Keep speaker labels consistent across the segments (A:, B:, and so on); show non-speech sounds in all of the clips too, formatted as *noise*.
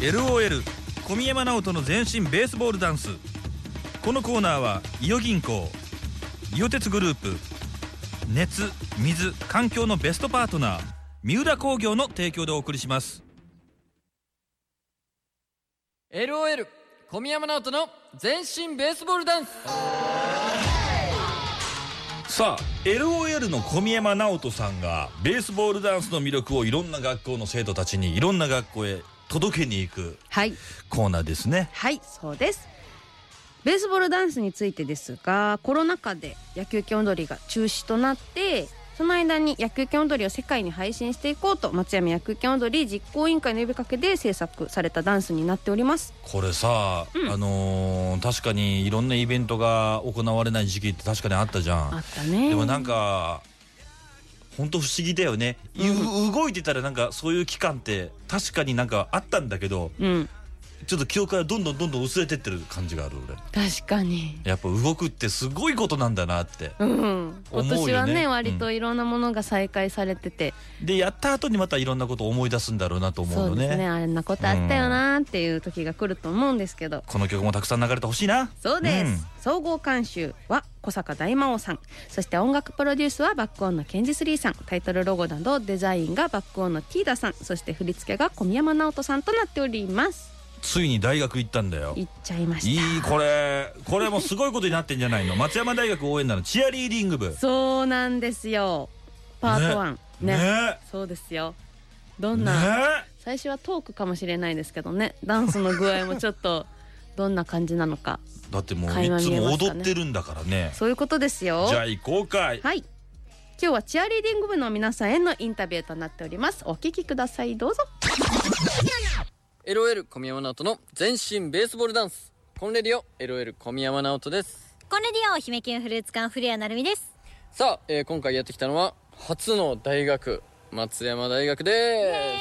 A: LOL 小宮山直人の全身ベースボールダンスこのコーナーは伊予銀行伊予鉄グループ熱水環境のベストパートナー三浦工業の提供でお送りします
B: LOL 小宮山直人の全身ベースボールダンス
A: さあ LOL の小宮山直人さんがベースボールダンスの魅力をいろんな学校の生徒たちにいろんな学校へ届けに行く
C: はい
A: コーナーですね
C: はいそうですベースボールダンスについてですがコロナ禍で野球拳踊りが中止となってその間に野球拳踊りを世界に配信していこうと松山野球拳踊り実行委員会の呼びかけで制作されたダンスになっております
A: これさ、あのー確かにいろんなイベントが行われない時期って確かにあったじゃ
C: あ
A: ん
C: ったね
A: でもなんか本当不思議だよね、い動いてたらなんかそういう期間って確かになんかあったんだけど
C: うん
A: ちょっと記憶がどんどんどんどん薄れてってる感じがある俺
C: 確かに
A: やっぱ動くってすごいことなんだなって
C: うん、
A: 思うよ
C: 今
A: ね
C: 年はね
A: うん
C: 割といろんなものが再開されてて、
A: でやった後にまたいろんなことを思い出すんだろうなと思う
C: そ
A: の
C: うです
A: ね
C: ねあんなことあったよなーっていう時が来ると思うんですけど、
A: この曲もたくさん流れてほしいな
C: そうです、
A: ん
C: 総合監修は小坂大魔王さんそして音楽プロデュースはバックオンのケンジスリーさんタイトルロゴなどデザインがバックオンのティーダさんそして振り付けが小宮山直人さんとなっております
A: ついに大学行ったんだよ
C: いっちゃいま
A: い
C: し
A: い
C: た
A: これこれもすごいことになってんじゃないの松山大学応援団のチアリーディング部
C: そうなんですよパート1ね
A: ね
C: そうですよど
A: ね
C: んな、最初はトークかもしれないですけどねダンスの具合もちょっとどんな感じなのか
A: だってもう
C: 垣
A: い
C: 間
A: つ
C: 見え
A: も
C: ましたね
A: 踊ってるんだからね
C: そういうことですよ
A: じゃあ行こうかい
C: はい今日はチアリーディング部の皆さんへのインタビューとなっておりますお聞きくださいどうぞ
B: LOL 小宮山直人の全身ベースボールダンスコンレディオ LOL 小宮山直人です
D: コンレディオ姫キュンフルーツ館古谷なるみです
B: さあ、えー今回やってきたのは初の大学松山大学で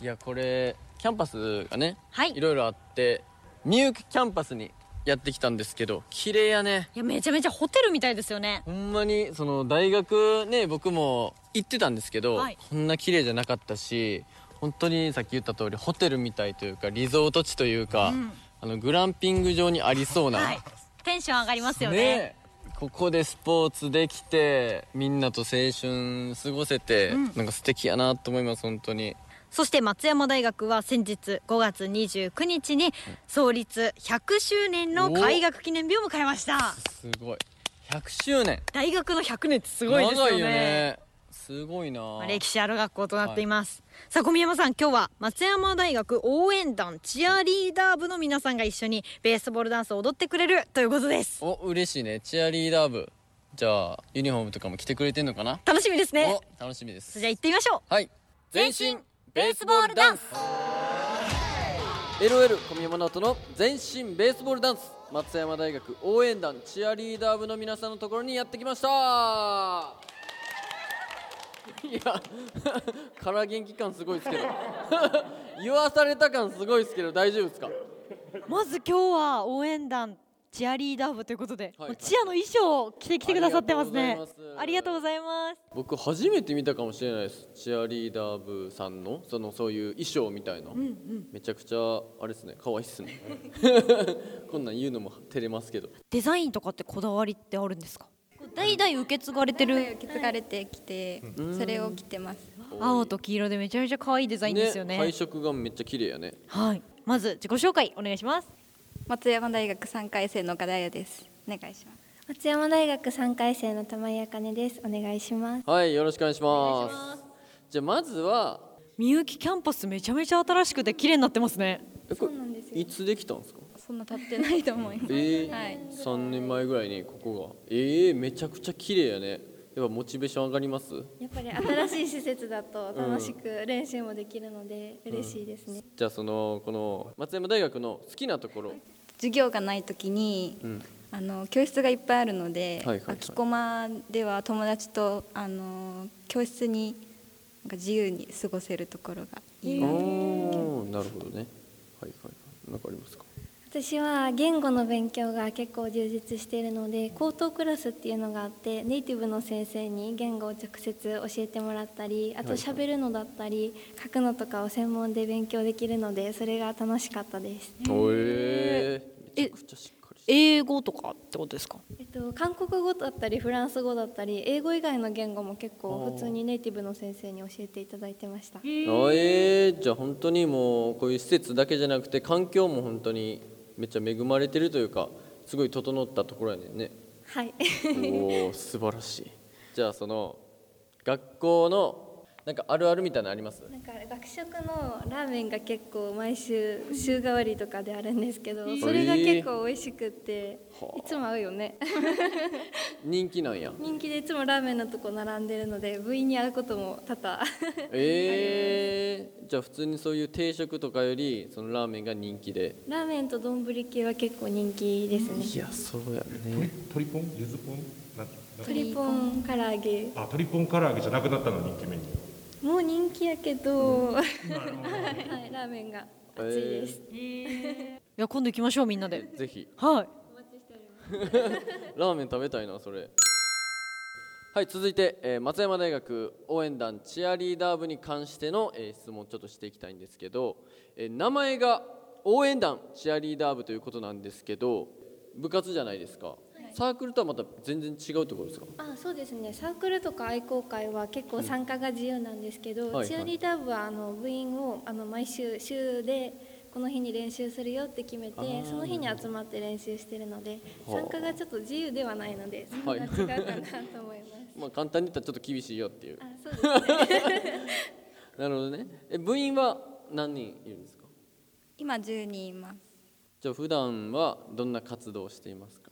B: すいやこれキャンパスがね、
D: はい
B: いろいろあってミュークキャンパスにやってきたんですけど綺麗やね
D: いやめちゃめちゃホテルみたいですよね
B: ほんまにその大学ね僕も行ってたんですけど、
D: はい
B: こんな綺麗じゃなかったし本当にさっき言った通りホテルみたいというかリゾート地というか、
D: うん
B: あのグランピング場にありそうな、
D: はいテンション上がりますよね
B: ねここでスポーツできてみんなと青春過ごせて、
D: うん
B: なんか素敵やなと思います本当に
D: そして松山大学は先日5月29日に創立100周年の開学記念日を迎えました
B: すごい100周年
D: 大学の100年ってすごいですよ
B: 長
D: ね
B: いよねすごいな
D: まあ歴史ある学校となっています、さあ小宮山さん今日は松山大学応援団チアリーダー部の皆さんが一緒にベースボールダンスを踊ってくれるということです
B: お嬉しいねチアリーダー部じゃあユニフォームとかも着てくれてんのかな
D: 楽しみですね
B: お楽しみです
D: それじゃあ行ってみましょう
B: はい
D: 全身ベースボールダンス
B: LOL 小宮山直人の全身ベースボールダンス松山大学応援団チアリーダー部の皆さんのところにやってきましたいや *laughs* から元気感すごいですけど *laughs* 言わされた感すごいですけど大丈夫ですか
D: まず今日は応援団チアリーダー部ということで、
B: はい
D: もうチアの衣装を着てきてくださってますね
B: あ
D: あ
B: り
D: り
B: がと
D: がと
B: うご
D: うございます
B: 僕初めて見たかもしれないですチアリーダー部さんのそのそういう衣装みたいな、めちゃくちゃあれですね可愛いっすねこんなん言うのも照れますけど
D: デザインとかってこだわりってあるんですか代々受け継がれてる
E: 受け継がれてきて、それを着てます。
D: 青と黄色でめちゃめちゃ可愛いデザインですよね
B: 配色がめっちゃ綺麗やね
D: はいまず自己紹介お願いします
E: 松山大学三回生の岡田彩です。お願いします。
F: 松山大学3回生の玉井茜ですお願いします
B: はいよろしくお願いしますじゃあまずは
D: みゆきキャンパスめちゃめちゃ新しくて綺麗になってますね
B: えこれいつできたんですか
E: そんな経ってないと思います。
B: えー
E: はい
B: 3年前ぐらいにここがえー、めちゃくちゃ綺麗やねやっぱモチベーション上がります
F: やっぱり新しい施設だと楽しく練習もできるので嬉しいですね、
B: じゃあそのこの松山大学の好きなところ、
E: 授業がない時に、
B: うん、
E: あの教室がいっぱいあるので、
B: はいはいはい
E: 空きコマでは友達とあの教室になんか自由に過ごせるところがいいなと。
B: おーなるほどねはいはいはいなんかありますか
F: 私は言語の勉強が結構充実しているので高等クラスっていうのがあってネイティブの先生に言語を直接教えてもらったりあと喋るのだったり書くのとかを専門で勉強できるのでそれが楽しかったです、
B: えー、めちゃくちゃしっかりして
D: 英語とかってことですか
F: えっと、韓国語だったりフランス語だったり英語以外の言語も結
B: あ
F: 構
B: ー
F: 普通にネイティブの先生に教えていただいてました
B: あえー、じゃあ本当にもうこういう施設だけじゃなくて環境も本当にめっちゃ恵まれてるというかすごい整ったところやねんね
F: はい *laughs*
B: おお素晴らしいじゃあその学校のなんかあるあるみたいなのあります
F: なんか学食のラーメンが結構毎週週替わりとかであるんですけどそれが結構美味しくって
B: はあ
F: いつも合うよね *laughs*
B: 人気なんや
F: 人気でいつもラーメンのとこ並んでるので部員に会うことも多々 *laughs*
B: えー、じゃあ普通にそういう定食とかよりそのラーメンが人気で
F: ラーメンと丼系は結構人気です
B: い
F: ね
B: やそうやね
G: 鳥ポンゆずポンなんなん
F: 鶏ポン唐揚げ
G: あ鳥ポン唐揚げじゃなくなったの人気メニュー
F: もう人気やけ *laughs* ど、はい、ラーメンが熱いです、
D: いや今度行きましょうみんなで
B: ぜひ
D: はい
B: ラーメン食べたいなそれはい続いて、えー松山大学応援団チアリーダー部に関しての、えー質問をちょっとしていきたいんですけど、えー名前が応援団チアリーダー部ということなんですけど部活じゃないですか、サークルとはまた全然違うってことですか
F: あそうですねサークルとか愛好会は結構参加が自由なんですけ
B: はい
F: ど、
B: はい
F: チアリーダー部はあの部員をあの毎週週でこの日に練習するよって決めて
B: あー
F: その日に集まって練習してるので
B: ほう
F: 参加がちょっと自由ではないのでそこ
B: は
F: が
B: い
F: 違うかなと
B: *laughs*
F: 思います。
B: まあ簡単に言ったらちょっと厳しいよっていう
F: あそうですね
B: *laughs* なるほどねえ部員は何人いるんですか
E: 今10人います
B: じゃあ普段はどんな活動をしていますか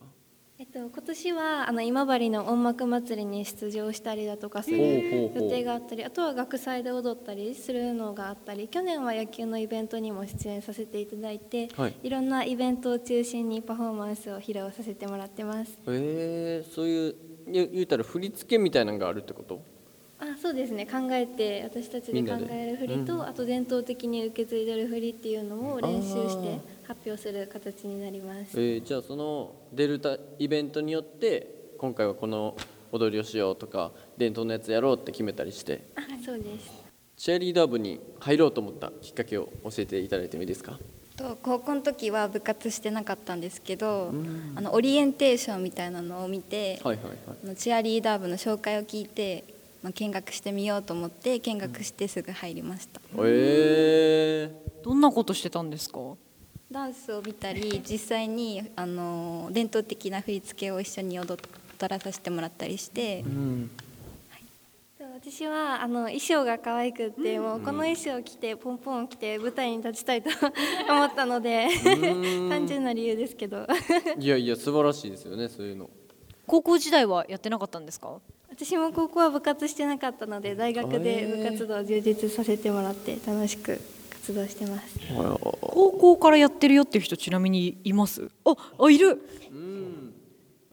F: えっと、今年はあの今治の音楽祭りに出場したりだとかする
B: ほうほうほう
F: 予定があったりあとは学祭で踊ったりするのがあったり去年は野球のイベントにも出演させていただいて、
B: はい
F: いろんなイベントを中心にパフォーマンスを披露させてもらってます
B: えー、そういうゆ言うたら振り付けみたいなのがあるってこと
F: あそうですね考えて私たちで
B: みんな
F: 考
B: で
F: える振りと、あと伝統的に受け継いでる振りっていうのを練習して発表する形になります
B: えーじゃあそのデルタイベントによって今回はこの踊りをしようとか伝統のやつやろうって決めたりして
F: あそうです
B: チアリーダー部に入ろうと思ったきっかけを教えていただいてもいいですか
E: と高校の時は部活してなかったんですけどあのオリエンテーションみたいなのを見て、
B: はいはいはい
E: あのチアリーダー部の紹介を聞いて、まあ、見学してみようと思って見学してすぐ入りました、
B: え
D: どんなことしてたんですか
E: ダンスを見たり実際にあの伝統的な振り付けを一緒に踊らさせてもらったりして、
B: ー、うん、
F: 私はあの衣装が可愛くって、もうこの衣装を着てポンポンを着て舞台に立ちたいと *laughs* 思ったので単純な理由ですけど
B: いやいや素晴らしいですよねそういうの
D: 高校時代はやってなかったんですか
F: 私も高校は部活してなかったので大学で部活動を充実させてもらって楽しく活動してます
D: 高校からやってるよっていう人ちなみにいますああいる
B: うん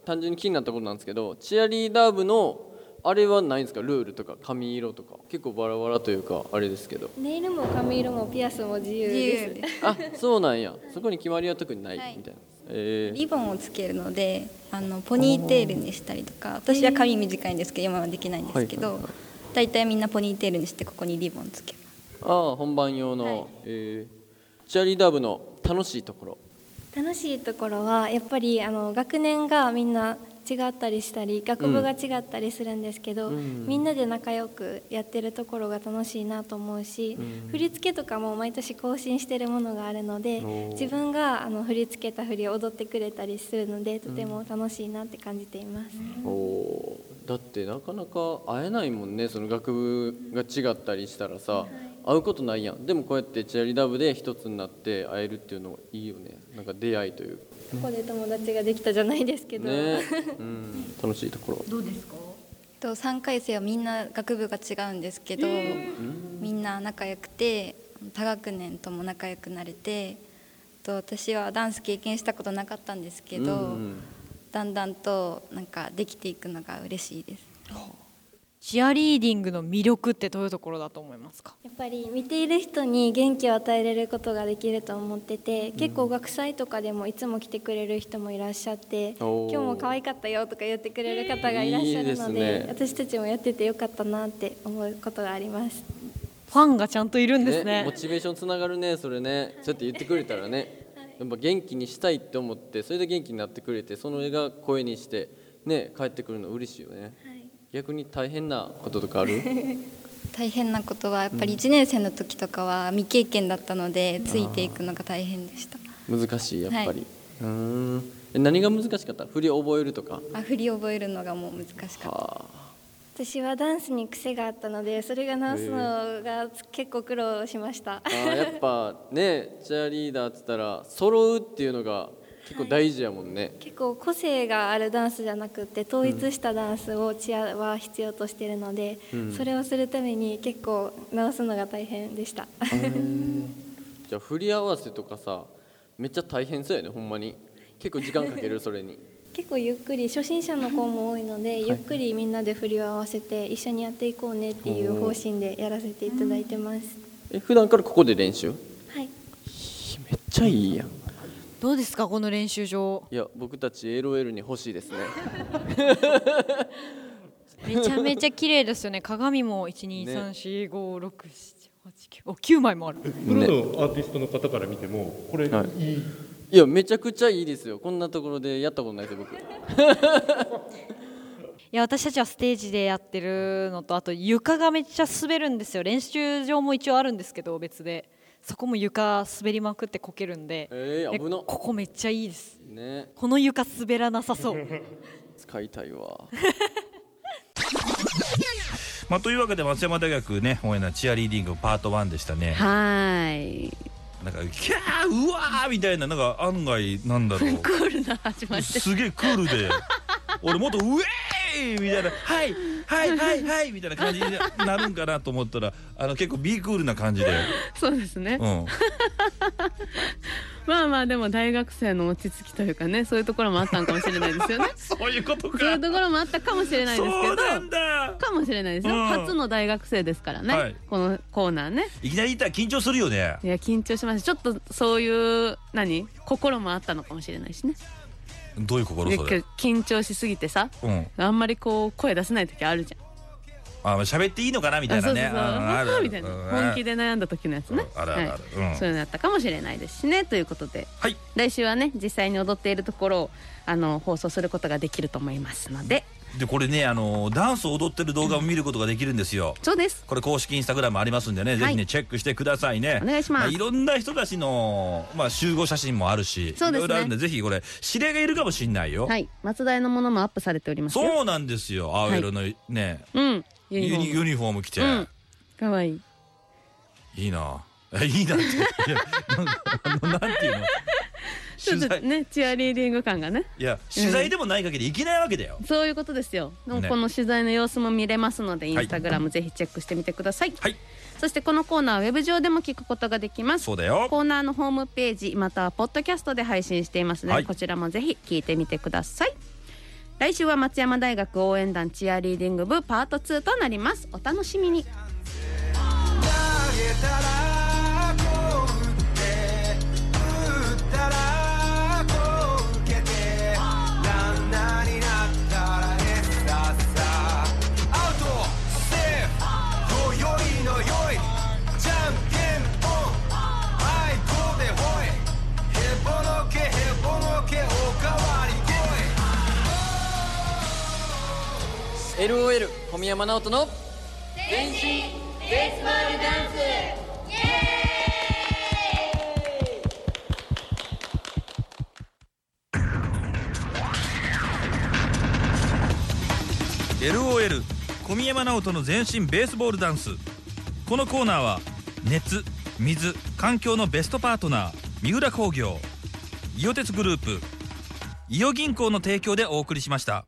B: 単純に気になったことなんですけどチアリーダー部のあれはないんですかルールとか髪色とか結構バラバラというかあれですけど
F: ネイルも髪色もピアスも自由
E: 自
F: です
E: 由です
B: あそうなんやそこに決まりは特にないみたいな、えー
E: リボンをつけるのであのポニーテールにしたりとか私は髪短いんですけど今はできないんですけ
B: はい
E: ど
B: はいはい
E: 大体みんなポニーテールにしてここにリボンつける
B: ああ本番用の、
E: はい
B: えーチアリーダー部の楽しいところ
F: 楽しいところはやっぱりあの学年がみんな違ったりしたり学部が違ったりするんですけど、
B: うん
F: みんなで仲良くやってるところが楽しいなと思うし、振り付けとかも毎年更新してるものがあるので
B: おー
F: 自分があの振り付けた振りを踊ってくれたりするのでとても楽しいなって感じています。
B: おーだってなかなか会えないもんねその学部が違ったりしたらさ、会うことないやんでもこうやってチアリーダー部で一つになって会えるっていうのいいよねなんか出会いというか
F: ここで友達ができたじゃないですけど、
B: ね、うん、楽しいところ
E: と3回生はみんな学部が違うんですけど、みんな仲良くて多学年とも仲良くなれてと私はダンス経験したことなかったんですけど、
B: うんうん
E: だんだんとなんかできていくのが嬉しいです
D: チアリーディングの魅力ってどういうところだと思いますか
F: やっぱり見ている人に元気を与えれることができると思ってて結構学祭とかでもいつも来てくれる人もいらっしゃって
B: お
F: 今
B: ー
F: 日も可愛かったよとか言ってくれる方がいらっしゃるので
B: いいですね
F: 私たちもやっててよかったなって思うことがあります
D: ファンがちゃんといるんですね
B: モチベーションつながるねそれねそうやって言ってくれたらねやっぱ元気にしたいって思ってそれで元気になってくれてその絵が声にしてね帰ってくるの嬉しいよね、逆に大変なこととかあ
E: *laughs*
B: る
E: 大変なことはやっぱり1年生の時とかは未経験だったのでついていくのが大変でした
B: 難しいやっぱり、
E: はいう
B: ーんえ何が難しかった振り覚えるとか
E: あ振り覚えるのがもう難しかった
B: はあ
F: 私はダンスに癖があったのでそれが直すのが結構苦労しました
B: あーやっぱねチアリーダーっつったら揃うっていうのが結構大事やもんね、
F: 結構個性があるダンスじゃなくて統一したダンスをチアは必要としているので、
B: うん
F: それをするために結構直すのが大変でした、
B: じゃあ振り合わせとかさめっちゃ大変そうやねほんまに結構時間かけるそれに
F: 結構ゆっくり初心者の子も多いので、ゆっくりみんなで振りを合わせて一緒にやっていこうねっていう方針でやらせていただいてます、
B: え普段からここで練習
F: はい
B: めっちゃいいやん
D: どうですかこの練習場
B: いや僕たち LOL に欲しいですね
D: めちゃめちゃ綺麗ですよね *laughs* 鏡も1 2 3 4 5 6 7 8 9九枚もある
G: プロのアーティストの方から見てもこれいい、
B: はいいやめちゃくちゃいいですよこんなところでやったことないですよ僕
D: いや私たちはステージでやってるのとあと床がめっちゃ滑るんですよ練習場も一応あるんですけど別でそこも床滑りまくってこけるんで、
B: えー
D: え
B: 危な
D: ここめっちゃいいです
B: ね
D: この床滑らなさそう
B: 使いたいわ
A: まあ、というわけで松山大学ね応援のチアリーディングパート1でしたね
C: はーい
A: なんかキャーうわーみたいななんか案外なんだろう
C: クールな始まりです
A: すげえクール *laughs* で俺もっと「ウェーイ!」みたいな「はいはいはいはい」みたいな感じになるんかなと思ったらあの結構 B クールな感じで、
C: そうですね
A: うん、
C: まあまあでも大学生の落ち着きというかねそういうところもあったのかもしれないですよね
A: そういうこと
C: *laughs* そうい
A: か
C: うところもあったかもしれないですけ
A: そうなん
C: ど
A: だ
C: かもしれないですよ、
A: うん
C: 初の大学生ですからね、
A: はい
C: このコーナーね
A: いきなり言ったら緊張するよね
C: いや緊張しましたちょっとそういう何心もあったのかもしれないしね
A: どういう心そ
C: い
A: れ
C: や緊張しすぎてさ
A: うん
C: あんまりこう声出せない時あるじゃん
A: あ喋っていいのかなみたい
C: あ
A: な
C: そうそう
A: ね
C: そう
A: ある
C: あみたいな
A: うん
C: 本気で悩んだ時のやつね
A: あるあるあるう
C: はい
A: ん
C: そういうのやったかもしれないですしねということで
A: はい
C: 来週はね実際に踊っているところをあの放送することができると思いますので
A: でこれねあのダンスを踊ってる動画を見ることができるんですよ
C: そうです
A: これ公式インスタグラムありますんでね、
C: い
A: ぜひねチェックしてくださいね
C: お願いします
A: あいろんな人たちの、まあ、集合写真もあるし
C: そう
A: い
C: ですね
A: ろいろあるんでぜひこれ知り合いがいるかもしんないよ、
C: はい松田屋のものもアップされておりますよ
A: そうなんですよ青色のね、
C: うんユニフ
A: ユ
C: ォ
A: ニ
C: ーム
A: ユニフォーム着て、
C: うんかわいい
A: いいなえいいなっていやなんかあのなんていうの
C: *laughs* ちょ
A: 取
C: っと
A: 材
C: ねチアリーディング感がね
A: いや取材でもない限りいけないわけだよ、
C: そういうことですよ。でも
A: ね
C: この取材の様子も見れますので、インスタグラムぜひチェックしてみてください。
A: はい
C: そしてこのコーナーはウェブ上でも聞くことができます。
A: そうだよ
C: コーナーのホームページまたはポッドキャストで配信していますので、
A: はい
C: こちらもぜひ聞いてみてください。来週は松山大学応援団チアリーディング部パート2となります。お楽しみに。
B: LOL 小宮山直人の
A: LOL 小宮山直人の全身ベースボールダンスこのコーナーは熱水環境のベストパートナー三浦工業伊予鉄グループ伊予銀行の提供でお送りしました。